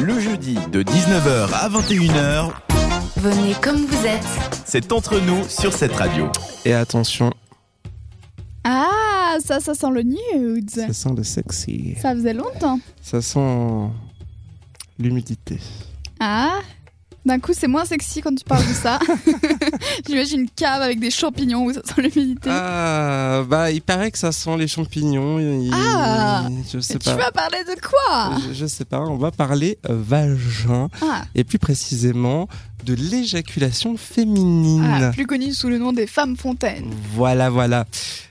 Le jeudi de 19h à 21h, Venez comme vous êtes. c'est entre nous sur cette radio. Et attention, Ah, ça, ça sent le nude. ça sent le sexy. Ça faisait longtemps. Ça sent l'humidité. Ah, d'un coup, c'est moins sexy quand tu parles de ça. J'imagine une cave avec des champignons où ça sent l'humidité. Ah, bah il paraît que ça sent les champignons. il- Ah, je sais Mais tu pas. vas parler de quoi Je, je sais pas, on va parler euh, vagin ah, et plus précisément de l'éjaculation féminine. ah, plus connu sous le nom des femmes fontaines. Voilà, voilà.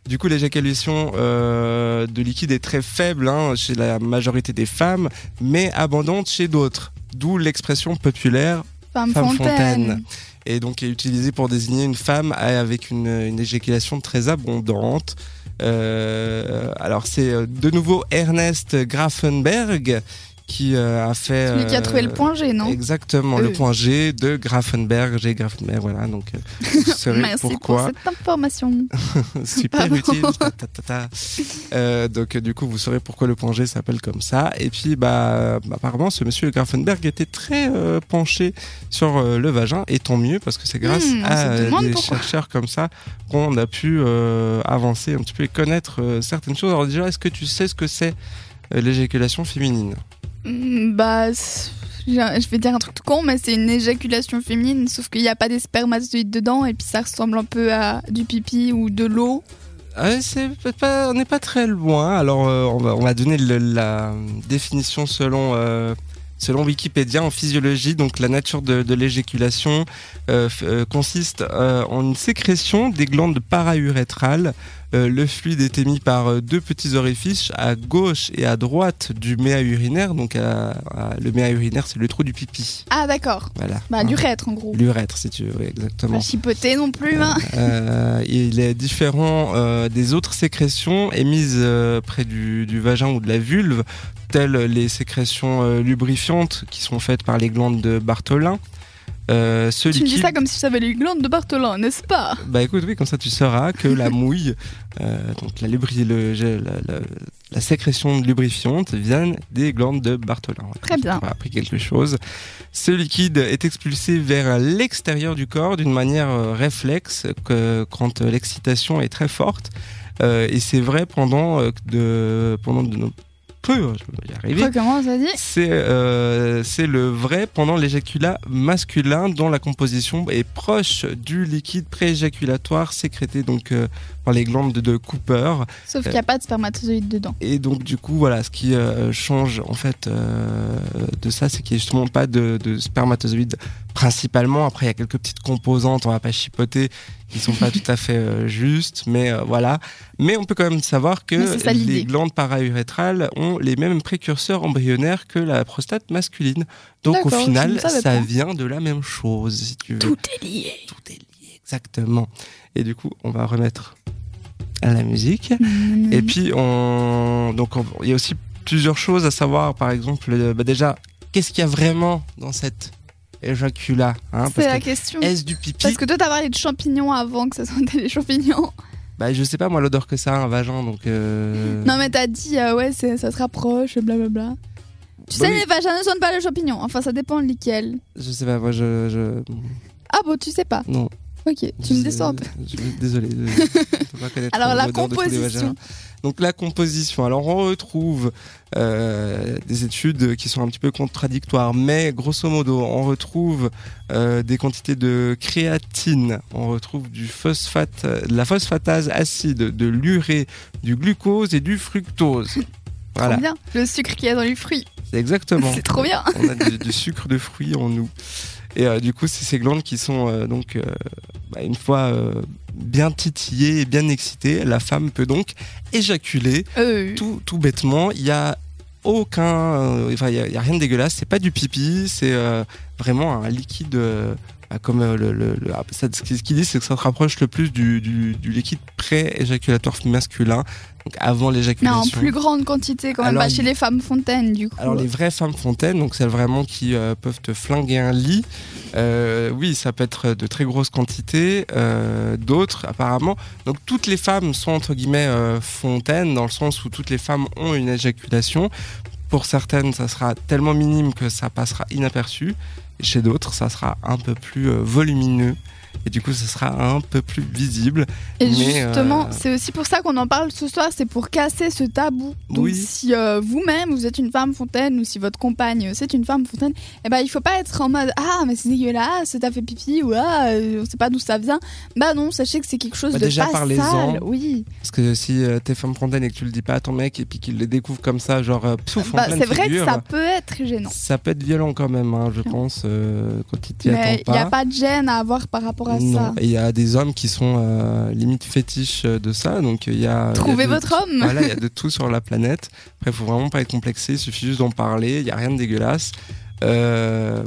Du coup, l'éjaculation euh, de liquide est très faible hein, chez la majorité des femmes, mais abondante chez d'autres. D'où l'expression populaire Femmes femme fontaines. fontaine. Et donc, est utilisée pour désigner une femme avec une, une éjaculation très abondante. Euh, alors, c'est euh, de nouveau Ernest Grafenberg qui euh, a fait. Celui qui a euh, trouvé le point G, non Exactement, le Euh. point G de Grafenberg. G Grafenberg, voilà. Donc, euh, vous saurez Merci pourquoi. pour cette information. Super Bravo. utile. Ta, ta, ta, ta. Euh, donc euh, du coup, vous saurez pourquoi le plan G s'appelle comme ça. Et puis, bah, euh, bah, apparemment, ce monsieur Grafenberg était très euh, penché sur euh, le vagin, et tant mieux parce que c'est grâce Hmm, on à se euh, demande des pourquoi. chercheurs comme ça qu'on a pu euh, avancer un petit peu et connaître euh, certaines choses. Alors déjà, est-ce que tu sais ce que c'est euh, l'éjaculation féminine Hmm, Bah, c'est- je vais dire un truc tout con, mais c'est une éjaculation féminine, sauf qu'il n'y a pas des spermatozoïdes dedans, et puis ça ressemble un peu à du pipi ou de l'eau. Ouais, c'est peut-être pas- on n'est pas très loin. Alors, euh, on, va, on va donner le- la définition selon, euh, selon Wikipédia en physiologie. Donc, la nature de, de l'éjaculation euh, f- euh, consiste euh, en une sécrétion des glandes paraurétrales. Euh, le fluide est émis par euh, deux petits orifices à gauche et à droite du méa urinaire. Donc, à- à- le méa urinaire, c'est le trou du pipi. Ah, d'accord. Voilà. Bah, Hein. l'urètre, en gros. L'urètre, si tu veux, oui, exactement. Pas chipoter non plus, hein. Euh, il est différent euh, des autres sécrétions émises euh, près du, du vagin ou de la vulve, telles les sécrétions euh, lubrifiantes qui sont faites par les glandes de Bartholin. Euh, ce Tu me dis liquide- ça comme si j'avais les glandes de Bartholin, n'est-ce pas bah écoute, oui, comme ça tu sauras que la mouille, euh, donc la, lubri- le- je- la, la- la sécrétion lubrifiante viennent des glandes de Bartholin. Voilà, Très bien. On a appris quelque chose. Ce liquide est expulsé vers l'extérieur du corps d'une manière euh, réflexe que, quand euh, l'excitation est très forte. Euh, et c'est vrai pendant, euh, de, pendant de no- peu, je vais y arriver. Recommence, vas-y. C'est euh, c'est le vrai pendant l'éjaculat masculin dont la composition est proche du liquide prééjaculatoire sécrété donc euh, par les glandes de- de Cooper Euh. Sauf qu'il n'y a pas de spermatozoïdes dedans. et donc du coup voilà ce qui euh, change en fait euh, de ça c'est qu'il n'y a justement pas de, de spermatozoïdes principalement après il y a quelques petites composantes on va pas chipoter qui sont pas tout à fait euh, justes mais euh, voilà mais on peut quand même savoir Mais que c'est ça l'idée. les glandes paraurétrales ont les mêmes précurseurs embryonnaires que la prostate masculine donc au D'accord, je ne final savais ça pas. vient de la même chose si tu veux Tout est lié. Tout est lié exactement et du coup on va remettre à la musique Mmh. et Mhm. puis, hein, on... donc, on- il y a aussi plusieurs choses à savoir. Par exemple, euh, bah déjà, qu'est-ce qu'il y a vraiment dans cette éjaculat hein, C'est la Parce que question. est-ce du pipi Parce que toi, t'as parlé de champignons avant que ça sentait les champignons. bah, Je sais pas, moi, l'odeur que ça a, un vagin. Donc, euh, Non, mais t'as dit, euh, ouais, c'est- ça se rapproche, blablabla. Tu Bah sais, oui. les vagins ne sentent pas les champignons. Enfin, ça dépend de lesquels. Je sais pas, moi, je. je- Ah bon, tu sais pas. Non. Euh, Ok, tu me Je- déçois un peu. je- Désolé. je- je peux pas connaître Alors, la l'odeur de tous les composition. vagins. Donc la composition. Alors on retrouve euh, des études qui sont un petit peu contradictoires, mais grosso modo, on retrouve euh, des quantités de créatine, on retrouve du phosphate, euh, de la phosphatase acide, de l'urée, du glucose et du fructose. Voilà, Trop bien. Le sucre qu'il y a dans les fruits, c'est exactement. c'est trop bien. On a du, du sucre de fruits en nous. Et euh, du coup, c'est ces glandes qui sont euh, donc, euh, bah, une fois euh, bien titillées et bien excitées, la femme peut donc éjaculer Euh, tout, tout bêtement, il y a aucun, euh, enfin il y a- il y a, rien de dégueulasse. C'est pas du pipi, c'est euh, vraiment un liquide. euh, bah, comme euh, le, le- le- ah, ça, ce qu'ils ce qu'ils disent, c'est que ça se rapproche le plus du, du- du liquide pré-éjaculatoire masculin, donc avant mais en l'éjaculation. plus grande quantité, quand même, Alors, pas chez les femmes fontaines, du coup. Alors les vraies femmes fontaines, donc celles vraiment qui euh, peuvent te flinguer un lit, euh, oui, ça peut être de très grosses quantités, euh, d'autres apparemment. Donc toutes les femmes sont entre guillemets euh, fontaines dans le sens où toutes les femmes ont une éjaculation. Pour- pour certaines, ça sera tellement minime que ça passera inaperçu. Et chez d'autres, ça sera un peu plus euh, volumineux. Et du coup, ça sera un peu plus visible. Et Mais, justement, euh, c'est aussi pour ça qu'on en parle ce soir, c'est pour casser ce tabou. Donc Oui. si euh, vous-même, vous êtes une femme fontaine, ou si votre compagne, euh, c'est une femme fontaine, eh ben, il faut pas être en mode « Ah, mais c'est dégueulasse, t'as fait pipi » ou « Ah, euh, on sait pas d'où ça vient ». Bah non, sachez que c'est quelque chose Bah, de déjà, pas parlez-en. sale. Oui, Parce que si euh, t'es femme fontaine et que tu le dis pas à ton mec et puis qu'il le découvre comme ça, genre, euh, psouf, en Bah, pleine c'est vrai que figure, ça peut être gênant. ça peut être violent quand même, hein, je pense, euh, quand il t'y Mais attend il n'y pas. a pas de gêne à avoir par rapport à Non. ça. Et il y a des hommes qui sont euh, limite fétiches euh, de ça, donc il y a. Trouvez il y a de- votre homme. Voilà, il y a de tout sur la planète. Après, faut vraiment pas être complexé, il suffit juste d'en parler. Il y a rien de dégueulasse. Euh,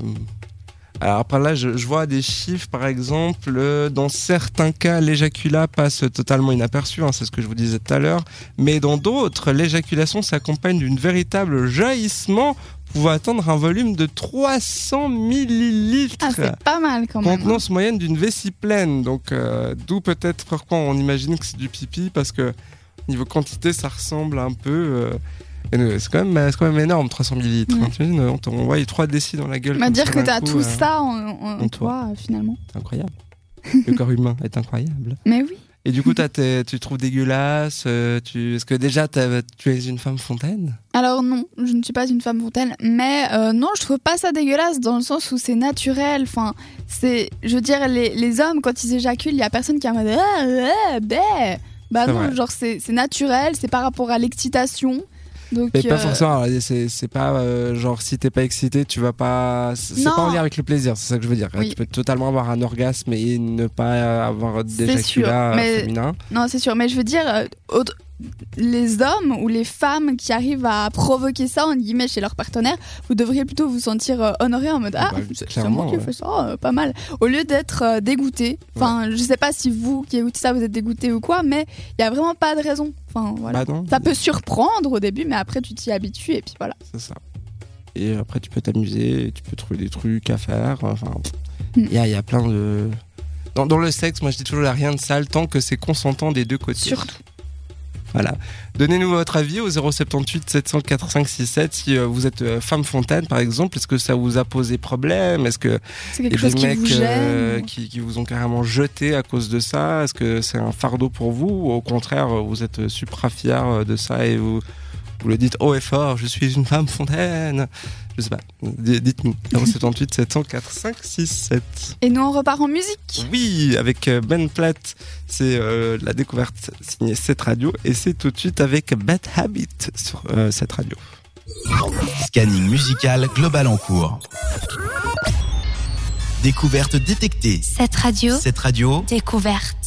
Alors par là, je, je vois des chiffres, par exemple, euh, dans certains cas, l'éjaculat passe totalement inaperçu, hein, c'est ce que je vous disais tout à l'heure, mais dans d'autres, l'éjaculation s'accompagne d'une véritable jaillissement pouvant atteindre un volume de 300 millilitres Ah, c'est pas mal quand même. hein. contenance moyenne d'une vessie pleine. Donc, euh, d'où peut-être pourquoi on imagine que c'est du pipi, parce que niveau quantité, ça ressemble un peu. euh, et, euh, c'est quand, même- c'est quand même énorme, 300 millilitres. hein. Ouais. T'imagines, on t'envoie 3 décis dans la gueule. On va comme dire ça que d'un t'as coup, tout euh, ça en, en- en en toi, euh, finalement. C'est incroyable. Le corps humain est incroyable. Mais oui. Et du coup, t'as tes- tu te trouves dégueulasse. euh, tu... Est-ce que déjà, t'as- tu es une femme fontaine Alors non, je ne suis pas une femme fontaine, mais euh, non, je trouve pas ça dégueulasse dans le sens où c'est naturel. Enfin, c'est, je veux dire, les, les hommes quand ils éjaculent, il y a personne qui est en mode ah, ah, bah. Bah C'est non, vrai. genre c'est c'est naturel, c'est par rapport à l'excitation. Donc Mais pas euh, forcément. alors, C'est c'est pas euh, genre si t'es pas excité, tu vas pas. C'est c'est Non. pas en lien avec le plaisir, c'est ça que je veux dire. Oui. Tu peux totalement avoir un orgasme et ne pas avoir C'est d'éjaculat sûr, mais- féminin. Non, c'est sûr, mais je veux dire, euh, autre- les hommes ou les femmes qui arrivent à provoquer ça, en guillemets, chez leur partenaire, vous devriez plutôt vous sentir euh, honoré en mode Ah Ah, bah, c'est clairement, moi qui ai ouais. fait ça, euh, pas mal. Au lieu d'être euh, dégoûté, enfin, je sais pas si vous qui écoutez ça, vous êtes dégoûté ou quoi, mais il y a vraiment pas de raison. Enfin, voilà. Bah non, ça peut surprendre au début, mais après tu t'y habitues et puis voilà. c'est ça. Et après, tu peux t'amuser, tu peux trouver des trucs à faire. Enfin, Mm. il y, a, il y a plein de. Dans, dans le sexe, moi je dis toujours, il n'y a rien de sale tant que c'est consentant des deux côtés. Surtout. Voilà. Donnez-nous votre avis au 078 704 567 si euh, vous êtes euh, femme fontaine par exemple. Est-ce que ça vous a posé problème Est-ce que C'est Il y quelque a chose des qui mecs vous gêne. euh, qui, qui vous ont carrément jeté à cause de ça Est-ce que c'est un fardeau pour vous Ou au contraire, euh, vous êtes supra fier euh, de ça et vous, vous le dites haut et fort Je suis une femme fontaine Je sais pas. D- Dites-nous. 078 704 567. Et nous on repart en musique. Oui, avec euh, Ben Platt, c'est euh, la découverte signée cette radio et c'est tout de suite avec Bad Habit sur euh, cette radio. Scanning musical global en cours. Découverte détectée. Cette radio, Cette radio, découverte.